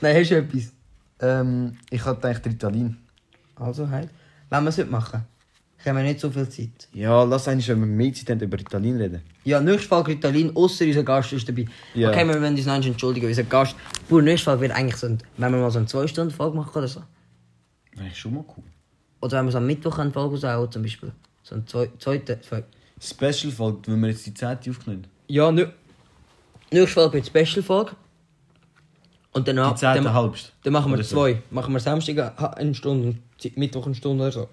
Speaker 2: Nein, hast du etwas?
Speaker 1: ähm, ich hatte eigentlich Ritalin.
Speaker 2: Also halt. Wenn wir es heute machen, haben wir nicht so viel Zeit.
Speaker 1: Ja, lass eigentlich, wenn wir mehr Zeit haben, über Ritalin reden.
Speaker 2: Ja, nächstes Mal Ritalin, außer unser Gast ist dabei.
Speaker 1: Ja.
Speaker 2: Okay, wir wollen uns noch entschuldigen, unser Gast. Pur nächstes Mal wird eigentlich so, ein, wenn wir mal so eine 2-Stunden-Folge machen oder so.
Speaker 1: Eigentlich schon mal cool.
Speaker 2: Oder wenn wir so am Mittwoch eine Folge raushauen zum Beispiel. So eine zwei, zweite Folge.
Speaker 1: Special-Folge, wenn wir jetzt die 10. aufgenommen
Speaker 2: Ja, ne. Nächste Folge wird Special-Folge. Und danach.
Speaker 1: Die 10.
Speaker 2: dann,
Speaker 1: halbst.
Speaker 2: dann machen wir
Speaker 1: Oder so.
Speaker 2: zwei. Machen wir Samstag ha- eine Stunde, Z- Mittwoch eine Stunde oder so.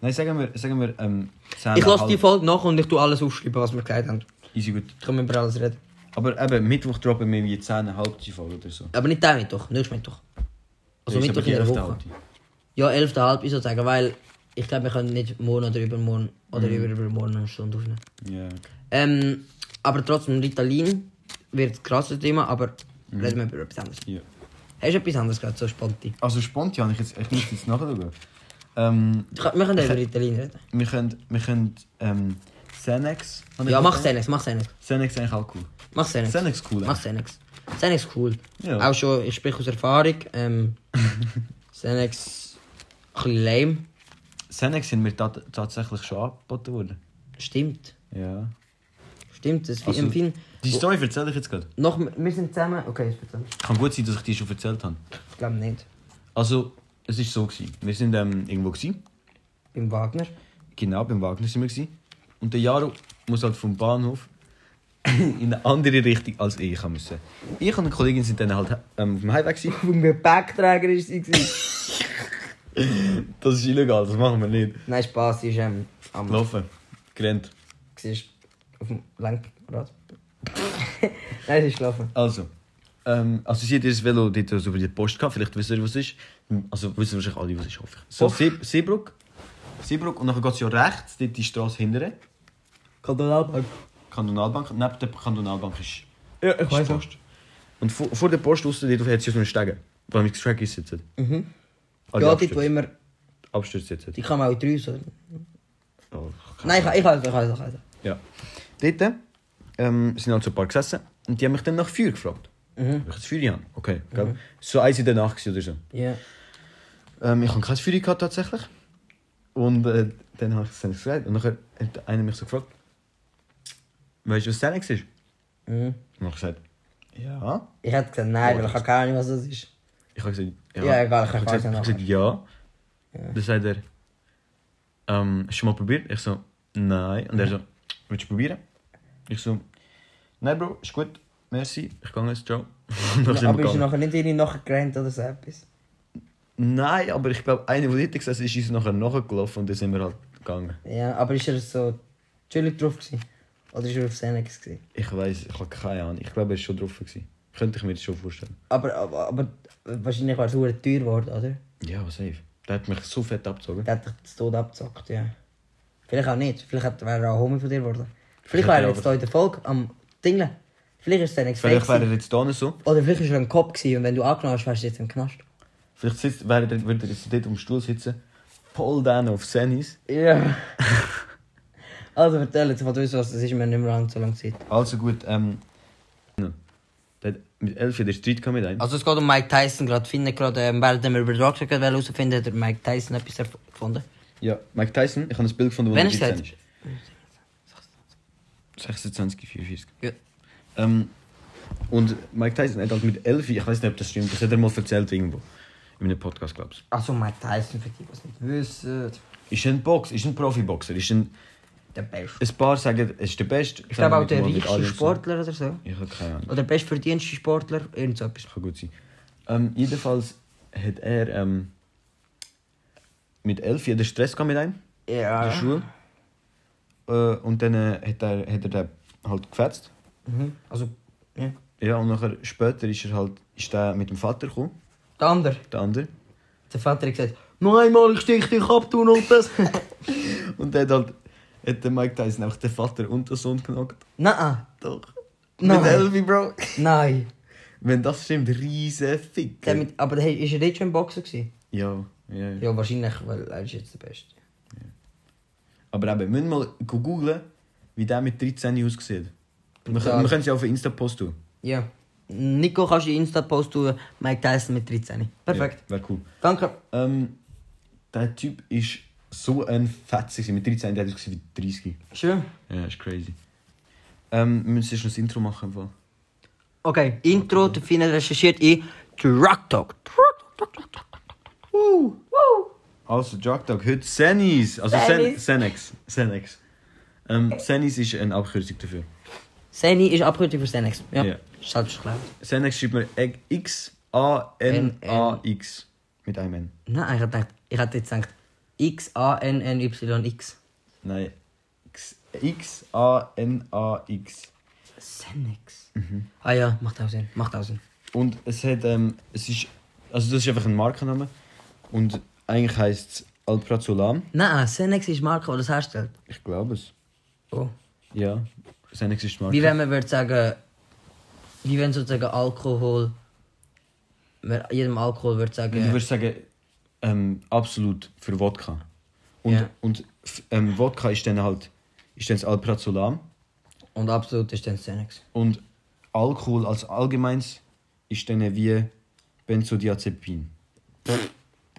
Speaker 1: Nein, sagen wir, sagen wir ähm, 10.
Speaker 2: Ich lasse
Speaker 1: halb.
Speaker 2: die Folge nach und ich tue alles aufschreiben, was wir gesagt haben.
Speaker 1: Easy, gut.
Speaker 2: Können wir über alles reden.
Speaker 1: Aber eben, Mittwoch droppen wir wie 10. halb die Folge oder so.
Speaker 2: Aber nicht der Mittwoch, nächstes Mittwoch. Also
Speaker 1: Das ist
Speaker 2: Mittwoch
Speaker 1: aber die
Speaker 2: in der
Speaker 1: 11.
Speaker 2: Woche.
Speaker 1: halb.
Speaker 2: Ja, 11.30 Uhr sozusagen, weil ich glaube, wir können nicht morgen oder übermorgen oder
Speaker 1: Mhm.
Speaker 2: über, übermorgen eine Stunde aufnehmen.
Speaker 1: Ja, okay.
Speaker 2: Ähm, aber trotzdem, Ritalin wird ein krasses Thema, aber
Speaker 1: Mhm.
Speaker 2: reden wir über etwas anderes.
Speaker 1: Ja.
Speaker 2: Hast du etwas anderes gerade so spontan?
Speaker 1: Also spontan, ich, jetzt, ich muss jetzt nachschauen. Ähm,
Speaker 2: Du kann- Wir können über Ritalin reden.
Speaker 1: wir können, wir können ähm, Xanax...
Speaker 2: Ja, mach Xanax, mach Xanax.
Speaker 1: Xanax ist eigentlich auch cool.
Speaker 2: Mach Xanax.
Speaker 1: Xanax cool,
Speaker 2: Mach Xanax. Xanax ist cool.
Speaker 1: Ja.
Speaker 2: Auch schon, ich spreche aus Erfahrung. Ähm, Xanax ein bisschen lame.
Speaker 1: Xanax sind mir tat tatsächlich schon angeboten worden.
Speaker 2: Stimmt.
Speaker 1: Ja.
Speaker 2: Stimmt, das
Speaker 1: Also-
Speaker 2: empfinde
Speaker 1: Die Story erzähle ich jetzt gerade.
Speaker 2: noch, wir sind zusammen. Okay, ich erzähle.
Speaker 1: Kann gut sein, dass ich die schon erzählt habe.
Speaker 2: Ich glaube nicht.
Speaker 1: Also, es ist so. Gewesen. Wir sind ähm, irgendwo. Gewesen.
Speaker 2: Beim Wagner.
Speaker 1: Genau, beim Wagner sind wir. Gewesen. Und der Jaro muss halt vom Bahnhof in eine andere Richtung als ich haben müssen. Ich und eine Kollegin sind dann halt ähm, auf dem Highway. Gewesen.
Speaker 2: Vom Gepäckträger ist sie. gewesen.
Speaker 1: Das ist illegal, das machen wir nicht.
Speaker 2: Nein, Spaß, sie ist ähm, am.
Speaker 1: Laufen. Gerannt.
Speaker 2: Sie auf dem Lenkrad. Nein, sie ist gelaufen.
Speaker 1: Also, ähm, also sie hat ihr Velo dort so über die Post gehabt, vielleicht wisst ihr, was es ist. Also wissen wahrscheinlich alle, was es ist, hoffe ich. So,
Speaker 2: Post.
Speaker 1: See Seebruck. Seebruck und dann geht es ja rechts, dort die Straße hinterher.
Speaker 2: Kantonalbank.
Speaker 1: Kantonalbank, neben der Kantonalbank ist,
Speaker 2: Ja, ich
Speaker 1: ist Post. Und vor, vor der Post draussen, dort hat sie auf einem Stegen, wo wir das Track sitzen.
Speaker 2: Mhm.
Speaker 1: Ah, die
Speaker 2: ja, dort,
Speaker 1: Abstürze-
Speaker 2: wo immer.
Speaker 1: Abstürze sitzen.
Speaker 2: Die kann man auch in drei so.
Speaker 1: Oh, keine
Speaker 2: Nein, ich kann ich kann es, ich kann es, ich kann
Speaker 1: Ja. Dort ähm, sind halt so ein paar gesessen und die haben mich dann nach Feuer gefragt.
Speaker 2: Mhm.
Speaker 1: Ob Ich das Feuer habe. Okay, gell? So eins in der Nacht gewesen oder so.
Speaker 2: es. Ja.
Speaker 1: Ähm, ich habe kein Feuer gehabt, tatsächlich. Und äh, dann habe ich es dann gesagt. Und nachher hat einer mich so gefragt, weißt du, was Xanax ist?
Speaker 2: Mhm.
Speaker 1: Und ich gesagt, ah? ja.
Speaker 2: Ich hätte gesagt, nein, weil ich habe keine Ahnung, was Oh, das ist.
Speaker 1: Ich habe gesagt, ja.
Speaker 2: Ja, egal, ich
Speaker 1: ich habe
Speaker 2: weiß
Speaker 1: gesagt, ich
Speaker 2: nicht
Speaker 1: habe gesagt, ja. Dus Dann sagt er, ähm, hast du schon mal probiert? Ich so, nein. Und er so, willst du probieren? Ich so, nein, Bro, ist gut, merci, ich gehe jetzt, ciao. Und dann sind wir
Speaker 2: aber ist
Speaker 1: gegangen.
Speaker 2: er nachher nicht irgendwie nachher gerannt oder so etwas?
Speaker 1: Nein, aber ich glaube, einer, der dort gesessen ist, ist uns nachher nachgelaufen und dann sind wir halt gegangen.
Speaker 2: Ja, aber ist er so chillig drauf gewesen? Oder ist er auf Xanax gewesen?
Speaker 1: Ich weiß, ich habe keine Ahnung. Ich glaube, er war schon drauf. Gewesen. Könnte ich mir das schon vorstellen.
Speaker 2: Aber, aber, aber wahrscheinlich war es verdammt teuer geworden, oder?
Speaker 1: Ja, safe. Der hat mich so fett abgezogen.
Speaker 2: Der hat dich zu Tod abgezockt, ja. Vielleicht auch nicht. Vielleicht hat- wäre er auch Homie von dir geworden. Vielleicht wäre er jetzt hier in der Folge am Dingeln. Vielleicht ist er nichts
Speaker 1: Vielleicht wäre
Speaker 2: gewesen.
Speaker 1: er jetzt da nicht so.
Speaker 2: Oder vielleicht ist er ein Kopf gewesen und wenn du angenommen hast, wärst du jetzt im Knast.
Speaker 1: Vielleicht sitzt, wäre er, würde er jetzt dort am Stuhl sitzen. Paul down auf Senis.
Speaker 2: Ja. also vertel jetzt, was du weißt, was das ist mir nicht mehr lang so lange Zeit.
Speaker 1: Also gut, ähm. Der hat mit 11 Jahren den Streit gehabt mit einem.
Speaker 2: Also es geht um Mike Tyson gerade. Finde gerade, ähm, während wir über Drugs gerade herausfinden, hat der Mike Tyson etwas erf- gefunden.
Speaker 1: Ja, Mike Tyson, ich habe ein Bild gefunden, wo
Speaker 2: Wann
Speaker 1: er
Speaker 2: ist
Speaker 1: 17
Speaker 2: das?
Speaker 1: ist. 26, 44.
Speaker 2: Ja.
Speaker 1: Ähm, und Mike Tyson hat halt mit 11, ich weiß nicht, ob das stimmt, das hat er mal erzählt irgendwo. In einem Podcast, glaube ich.
Speaker 2: Also Ah, Mike Tyson, für die, die es nicht wissen,
Speaker 1: Ist ein Box, ist ein Profiboxer, ist ein...
Speaker 2: der Beste.
Speaker 1: Ein paar sagen, es ist der Beste.
Speaker 2: Ich glaube auch der
Speaker 1: richtige
Speaker 2: reichste Sportler Oh, oder so.
Speaker 1: Ich habe keine Ahnung.
Speaker 2: Oder der bestverdienste Sportler, irgend so etwas.
Speaker 1: Kann gut sein. Ähm, jedenfalls hat er ähm, mit elf jeder Stress gehabt mit einem in der
Speaker 2: Ja.
Speaker 1: Schule. Äh, und dann äh, hat, er, hat er den halt gefetzt.
Speaker 2: Mhm. Also, ja.
Speaker 1: Ja, und nachher später ist er halt ist der mit dem Vater gekommen,
Speaker 2: Der andere,
Speaker 1: der andere.
Speaker 2: der Vater hat gesagt, nein Mann, ich stich dich ab, du und das.
Speaker 1: Und der hat halt hat der Mike Tyson einfach den Vater und den Sohn genockt.
Speaker 2: nein,
Speaker 1: Doch.
Speaker 2: Nein.
Speaker 1: Mit Elvi, Bro.
Speaker 2: nein.
Speaker 1: Wenn das stimmt, riesen Fick.
Speaker 2: Der mit, aber hey, ist er dort schon im Boxen gewesen?
Speaker 1: Ja, ja, ja.
Speaker 2: Ja, wahrscheinlich, weil er ist jetzt der Beste.
Speaker 1: Aber eben, müssen wir mal googlen, wie der mit 13 aussieht. Wir,
Speaker 2: Brutal.
Speaker 1: können- wir können es ja auf Insta post tun.
Speaker 2: Ja. Nico, kannst du in Insta-Post tun, Mike Tyson mit 13. Perfekt.
Speaker 1: Ja, Wäre cool.
Speaker 2: Danke.
Speaker 1: Ähm, der Typ ist so ein Fetzer. gewesen. Mit 13 der hat es wie 30.
Speaker 2: Schön.
Speaker 1: Ja, ist crazy. Ähm, wir müssen erst noch das Intro machen. im Fall.
Speaker 2: Okay, Intro, der Fine recherchiert in Truck Talk. Truck Talk.
Speaker 1: Also, Drug Dog, heute Senis. Also, Sen
Speaker 2: Senis.
Speaker 1: Senex. Senex. Ähm, Senis ist eine Abkürzung dafür.
Speaker 2: Seni ist Abkürzung für Senex. Ja.
Speaker 1: Ja.
Speaker 2: Selbstverständlich.
Speaker 1: Senex schreibt man E- X-A-N-A-X. Mit einem N.
Speaker 2: Nein, ich hätte gedacht, ich hätte jetzt gedacht, X-A-N-N-Y-X.
Speaker 1: Nein. X- X-A-N-A-X.
Speaker 2: Senex. Ah ja, macht auch Sinn. Macht auch Sinn.
Speaker 1: Und es hat, ähm, es ist, also das ist einfach ein Markenname. Und eigentlich heisst es Alprazolam.
Speaker 2: Nein, Senex ist die Marke, die das herstellt.
Speaker 1: Ich glaube es.
Speaker 2: Oh.
Speaker 1: Ja, Senex ist die Marke.
Speaker 2: Wie wenn man würde sagen, wie wenn sozusagen Alkohol, man jedem Alkohol würde sagen,
Speaker 1: Du würdest sagen, ähm, absolut für Wodka. Und,
Speaker 2: Ja.
Speaker 1: und f- ähm, Wodka ist dann halt, ist dann das Alprazolam.
Speaker 2: und absolut ist dann Senex.
Speaker 1: Und Alkohol als allgemeins ist dann wie Benzodiazepin.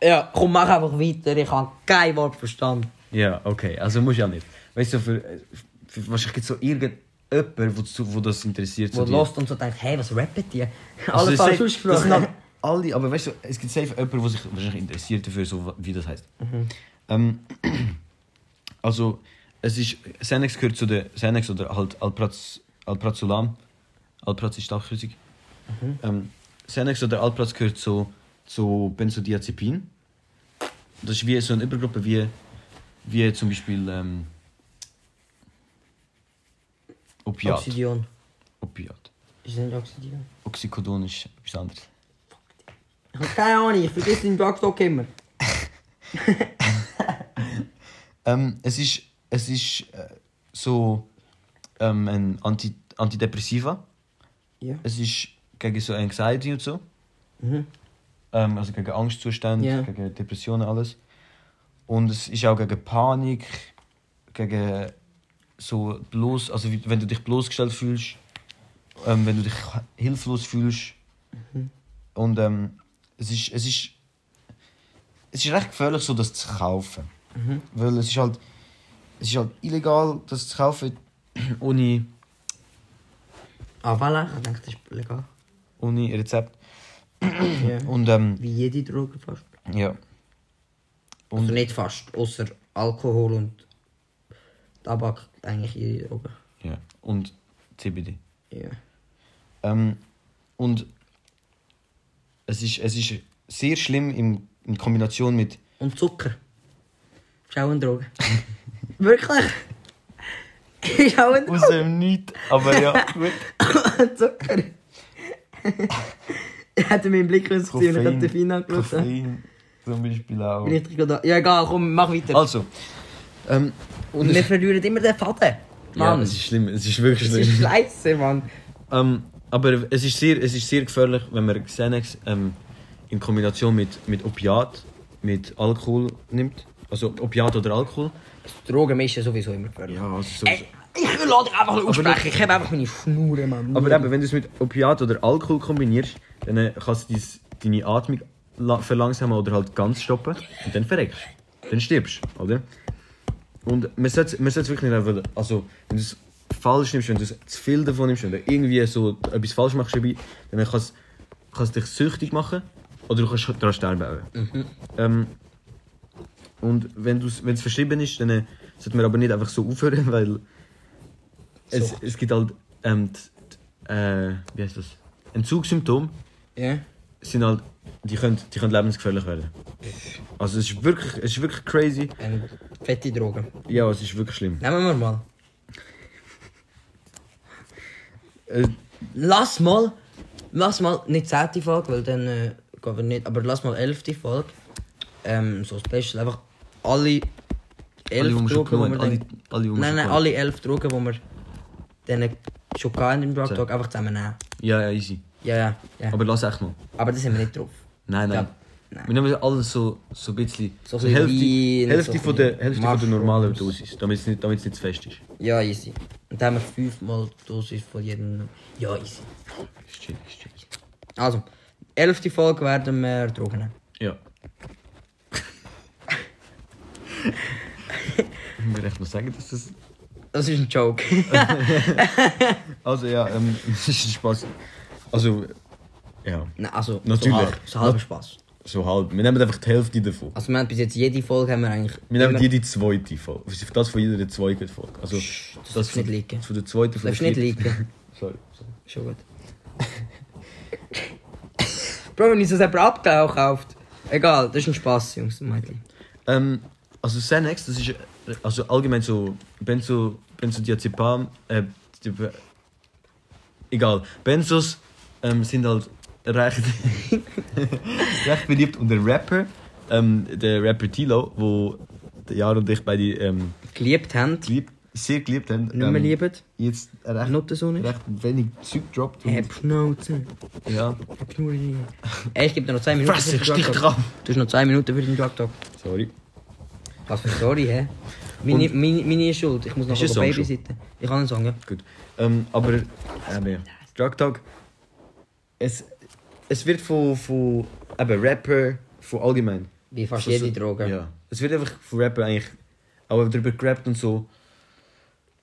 Speaker 2: Ja, komm, mach einfach weiter, ich habe kein Wort verstanden.
Speaker 1: Ja, okay, also muss ja nicht. Weißt du, für, äh, für, wahrscheinlich gibt es so irgendjemanden, wo, zu- wo das interessiert.
Speaker 2: Wo
Speaker 1: so die-
Speaker 2: lost und so denkt, hey, was rappen die?
Speaker 1: Also
Speaker 2: Alles
Speaker 1: es
Speaker 2: falsch
Speaker 1: sind- Das sind
Speaker 2: ausgesprochen.
Speaker 1: halt alle, aber weißt du, es gibt safe jemanden, der sich wahrscheinlich interessiert dafür, so wie das heißt. Ähm, also, es ist, Senex gehört zu der, Senex oder halt Alpraz, Alprazolam, Alpraz ist Stachflüssig. Ähm, Senex oder Alpraz gehört zu, zu Benzodiazepin. Das ist wie so eine Übergruppe, wie, wie zum Beispiel ähm, Opiat.
Speaker 2: Obsidian.
Speaker 1: Opiat.
Speaker 2: Ist das nicht Obsidian?
Speaker 1: Oxycodon ist etwas anderes.
Speaker 2: Ich habe keine Ahnung, ich vergesse den Drugstock immer.
Speaker 1: Ähm, es ist, es ist äh, so ähm, ein Anti Antidepressiva.
Speaker 2: Ja.
Speaker 1: Es ist gegen so Anxiety und so.
Speaker 2: Mhm.
Speaker 1: Ähm, also gegen Angstzustände,
Speaker 2: Ja.
Speaker 1: gegen Depressionen, alles. Und es ist auch gegen Panik, gegen so bloß, also wie- wenn du dich bloßgestellt fühlst, ähm, wenn du dich hilflos fühlst.
Speaker 2: Mhm.
Speaker 1: Und ähm, es ist, es ist, es ist recht gefährlich, so das zu kaufen.
Speaker 2: Mhm.
Speaker 1: Weil es ist halt, es ist halt illegal, das zu kaufen, ohne,
Speaker 2: Ah, voilà, ich denke, das ist legal.
Speaker 1: ohne Rezept.
Speaker 2: Ja.
Speaker 1: Und ähm,
Speaker 2: Wie jede Droge fast.
Speaker 1: ja. Und-
Speaker 2: Also nicht fast, außer Alkohol und Tabak, eigentlich jede Droge.
Speaker 1: ja. Und CBD.
Speaker 2: Ja.
Speaker 1: Ähm, und es ist, es ist sehr schlimm in, in Kombination mit.
Speaker 2: Und Zucker. Ist auch eine Droge. Wirklich? Ist auch eine Droge.
Speaker 1: dem Nichts, aber ja, gut.
Speaker 2: Zucker. er hat meinen Blick können ziehen, ich habe den Fina angeschaut.
Speaker 1: Koffein. Zum Beispiel auch.
Speaker 2: Richtig gedaan. Ja, egal, komm, mach weiter.
Speaker 1: Also. Ähm, und
Speaker 2: Wir verlieren immer den Faden.
Speaker 1: ja,
Speaker 2: Mann,
Speaker 1: es ist schlimm, es ist wirklich
Speaker 2: es
Speaker 1: schlimm.
Speaker 2: ist scheiße, Mann.
Speaker 1: Ähm, aber es ist, sehr, es ist sehr gefährlich, wenn man Xanax ähm, in Kombination mit, mit Opiat, mit Alkohol nimmt. Also Opiat oder Alkohol.
Speaker 2: Drogen mischen sowieso immer gefährlich.
Speaker 1: Ja, also
Speaker 2: Ey, ich will dich einfach aussprechen. Ich heb einfach meine Schnur, Mann.
Speaker 1: Aber eben, wenn du es mit Opiat oder Alkohol kombinierst, dann äh, kannst du dies- deine Atmung la- verlangsamen oder halt ganz stoppen. Und dann verreckst du. Dann stirbst du, oder? Und man sollte man sollte es wirklich nicht einfach... Also, wenn du es falsch nimmst, wenn du es zu viel davon nimmst, wenn du irgendwie so etwas falsch machst dabei, dann kann es- kann es dich süchtig machen oder du kannst daran sterben. auch. Ähm, und wenn du es- wenn es verschrieben ist, dann äh, sollte man aber nicht einfach so aufhören, weil... Es, es gibt halt... Ähm, t- t- äh, wie heißt das? Entzugssymptome
Speaker 2: Ja.
Speaker 1: sind halt... Die können, die können lebensgefährlich werden. Also es ist wirklich, es ist wirklich crazy.
Speaker 2: En fette Drogen.
Speaker 1: Ja, es ist wirklich schlimm.
Speaker 2: Nehmen wir mal. Eh,
Speaker 1: Äh,
Speaker 2: Lass mal, lass mal, nicht 10. Folge, weil dann äh, gehen wir nicht, aber lass mal 11. Folge. Ähm, so special, einfach alle 11
Speaker 1: die schon
Speaker 2: Drogen, die
Speaker 1: genommen
Speaker 2: wir
Speaker 1: haben, alle,
Speaker 2: dann,
Speaker 1: alle, die wir
Speaker 2: Nein,
Speaker 1: schon
Speaker 2: nein,
Speaker 1: genommen
Speaker 2: alle 11 Drogen, die wir dann schon hatten im Drug
Speaker 1: Zehn.
Speaker 2: Talk, einfach zusammennehmen.
Speaker 1: haben. Ja, ja, easy.
Speaker 2: Ja, ja, ja. Ah, Aber,
Speaker 1: Aber lass echt mal.
Speaker 2: das sind wir nicht drauf.
Speaker 1: Nein, nein.
Speaker 2: Ja, nein.
Speaker 1: Wir nehmen alles so, so ein bisschen...
Speaker 2: So
Speaker 1: So,
Speaker 2: ein
Speaker 1: so Hälfte,
Speaker 2: bisschen Wein,
Speaker 1: Hälfte,
Speaker 2: so ein
Speaker 1: von der,
Speaker 2: bisschen
Speaker 1: Hälfte von der
Speaker 2: Mushrooms.
Speaker 1: normalen Dosis, damit es nicht, damit es nicht zu fest ist.
Speaker 2: Ja, easy. Und dann haben wir fünfmal die Dosis von jedem. Ja, easy.
Speaker 1: Ist chill, ist chill.
Speaker 2: Also, 11. Folge werden wir Drogen nehmen.
Speaker 1: Ja. Ich muss echt noch sagen, dass das...
Speaker 2: Das ist ein Joke.
Speaker 1: Also ja, ähm, es ist Spaß. Also, ja,
Speaker 2: nein, also,
Speaker 1: Natürlich.
Speaker 2: so halb, so halb Spaß.
Speaker 1: so halb. Wir nehmen einfach die Hälfte davon.
Speaker 2: Also wir haben bis jetzt jede Folge haben wir eigentlich...
Speaker 1: Wir nehmen
Speaker 2: immer-
Speaker 1: jede zweite Folge. Das von jeder zweiten Folge. Also,
Speaker 2: das darfst du
Speaker 1: von-
Speaker 2: nicht leaken.
Speaker 1: Von der zweiten, von der
Speaker 2: Darfst nicht
Speaker 1: vierten-
Speaker 2: liegen.
Speaker 1: Sorry, sorry.
Speaker 2: Schon gut. Bro, wenn ich so selber abgelaufen kauft. Egal, das ist ein Spass, Jungs und Mädchen.
Speaker 1: Ähm, also Xanax, das ist äh, also allgemein so Benzo, Benzodiazepam, äh, die- egal. Benzos ähm, sind halt recht, recht beliebt unter Rapper. Ähm, der Rapper Tilo, wo der Jan und ich beide ähm,
Speaker 2: Geliebt haben, nicht
Speaker 1: geliebt, sehr geliebt haben.
Speaker 2: mehr
Speaker 1: ähm,
Speaker 2: lieben.
Speaker 1: Jetzt recht,
Speaker 2: Notensohn ist.
Speaker 1: recht wenig Zeug droppt. und-
Speaker 2: Hab Schnauze.
Speaker 1: Ja.
Speaker 2: Hab Schnurre. Ey, ich gebe dir noch zwei Minuten
Speaker 1: Fresse, ich
Speaker 2: den
Speaker 1: stich
Speaker 2: Drug Talk.
Speaker 1: drauf.
Speaker 2: Du hast noch zwei Minuten für den Drug Talk.
Speaker 1: Sorry.
Speaker 2: Was für Story, hä? Meine, meine, meine ist schuld, ich muss noch
Speaker 1: Ist ein
Speaker 2: auf
Speaker 1: Song
Speaker 2: Babysitten. Ich kann einen Song, ja.
Speaker 1: Gut. Ähm, aber ähm, ja. Drug Talk. Es, es wird von, von eben Rapper, von allgemein.
Speaker 2: Wie fast
Speaker 1: Von
Speaker 2: jede
Speaker 1: so-
Speaker 2: Droge.
Speaker 1: Ja. Es wird einfach von Rapper eigentlich auch darüber gerappt und so.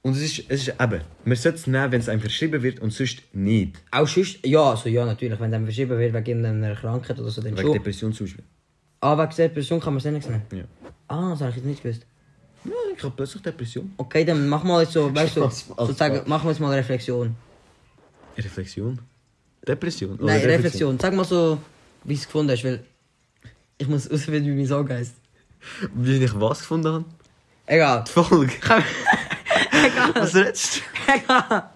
Speaker 1: Und es ist, es ist eben, man sollte es nehmen, wenn es einem verschrieben wird und sonst nicht.
Speaker 2: Auch sonst, ja, so ja, natürlich, wenn dann verschrieben wird wegen einer Krankheit oder so, dann
Speaker 1: Wegen
Speaker 2: schon.
Speaker 1: Depression zum Beispiel.
Speaker 2: Ah, wegen der Person kann man es nicht nehmen.
Speaker 1: Ja.
Speaker 2: Ah, das habe ich jetzt nicht gewusst.
Speaker 1: Ja, ich habe plötzlich Depression.
Speaker 2: Okay, dann mach mal jetzt so, weißt du,
Speaker 1: Spaß, Spaß,
Speaker 2: sozusagen, machen wir jetzt mal eine
Speaker 1: Oh,
Speaker 2: Reflexion.
Speaker 1: Reflexion. Oh, Depression. Oder
Speaker 2: Nein, Reflexion. Sag mal so, wie du es gefunden hast, weil ich muss herausfinden, wie mein Song heisst.
Speaker 1: Wie ich was gefunden habe?
Speaker 2: Egal.
Speaker 1: Die Folge. was redest
Speaker 2: Egal.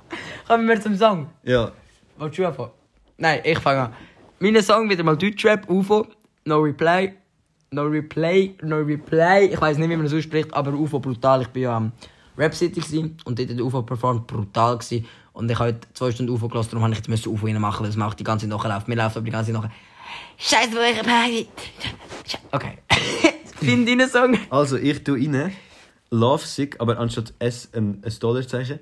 Speaker 2: Kommen wir zum Song.
Speaker 1: du? Ja.
Speaker 2: Willst du anfangen? Nein, ich fange an. Mein Song wieder mal Deutschrap, UFO, No Replay, No Replay, No Replay. Ich weiß nicht, wie man das ausspricht, aber UFO brutal. Ich bin ja am Rap City gewesen und dort hat UFO performt brutal gewesen. Und ich habe heute zwei Stunden UFO gelassen, darum habe ich jetzt müssen UFO reinmachen, weil es macht die ganze Zeit nachläuft. Mir läuft aber die ganze Zeit nach. Scheiße, wo ich bin. Okay. Find deinen Song.
Speaker 1: Also, ich tue rein Love Sick, aber anstatt S ein, ein Dollarzeichen.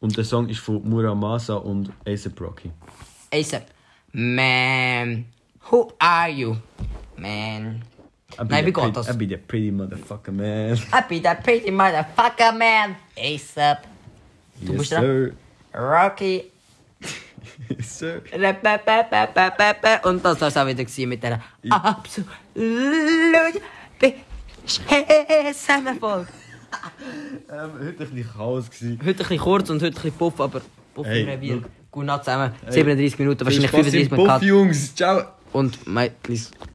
Speaker 1: Und der Song ist von Muramasa und A$AP Rocky.
Speaker 2: ASAP. Man, who are you? Man.
Speaker 1: I be
Speaker 2: Nein,
Speaker 1: the
Speaker 2: wie geht
Speaker 1: pretty-
Speaker 2: das?
Speaker 1: I be the pretty motherfucker, man.
Speaker 2: I be that pretty motherfucker, man. ASAP.
Speaker 1: Yes,
Speaker 2: musst dran.
Speaker 1: sir.
Speaker 2: Rocky.
Speaker 1: Yes, sir.
Speaker 2: Rap, rap, rap, rap, rap, rap, rap. Und das war es auch wieder gewesen mit dieser absolut beschissenen Erfolg.
Speaker 1: Ähm, heute ein bisschen Chaos. gewesen.
Speaker 2: Heute ein bisschen kurz und heute ein bisschen puff, aber puff
Speaker 1: Hey,
Speaker 2: im Revier.
Speaker 1: look.
Speaker 2: Gut Nacht zusammen. 37 Minuten, wahrscheinlich
Speaker 1: Viel Spaß im
Speaker 2: 35
Speaker 1: Puff,
Speaker 2: Minuten.
Speaker 1: Jungs. Ciao.
Speaker 2: Und Mädchen,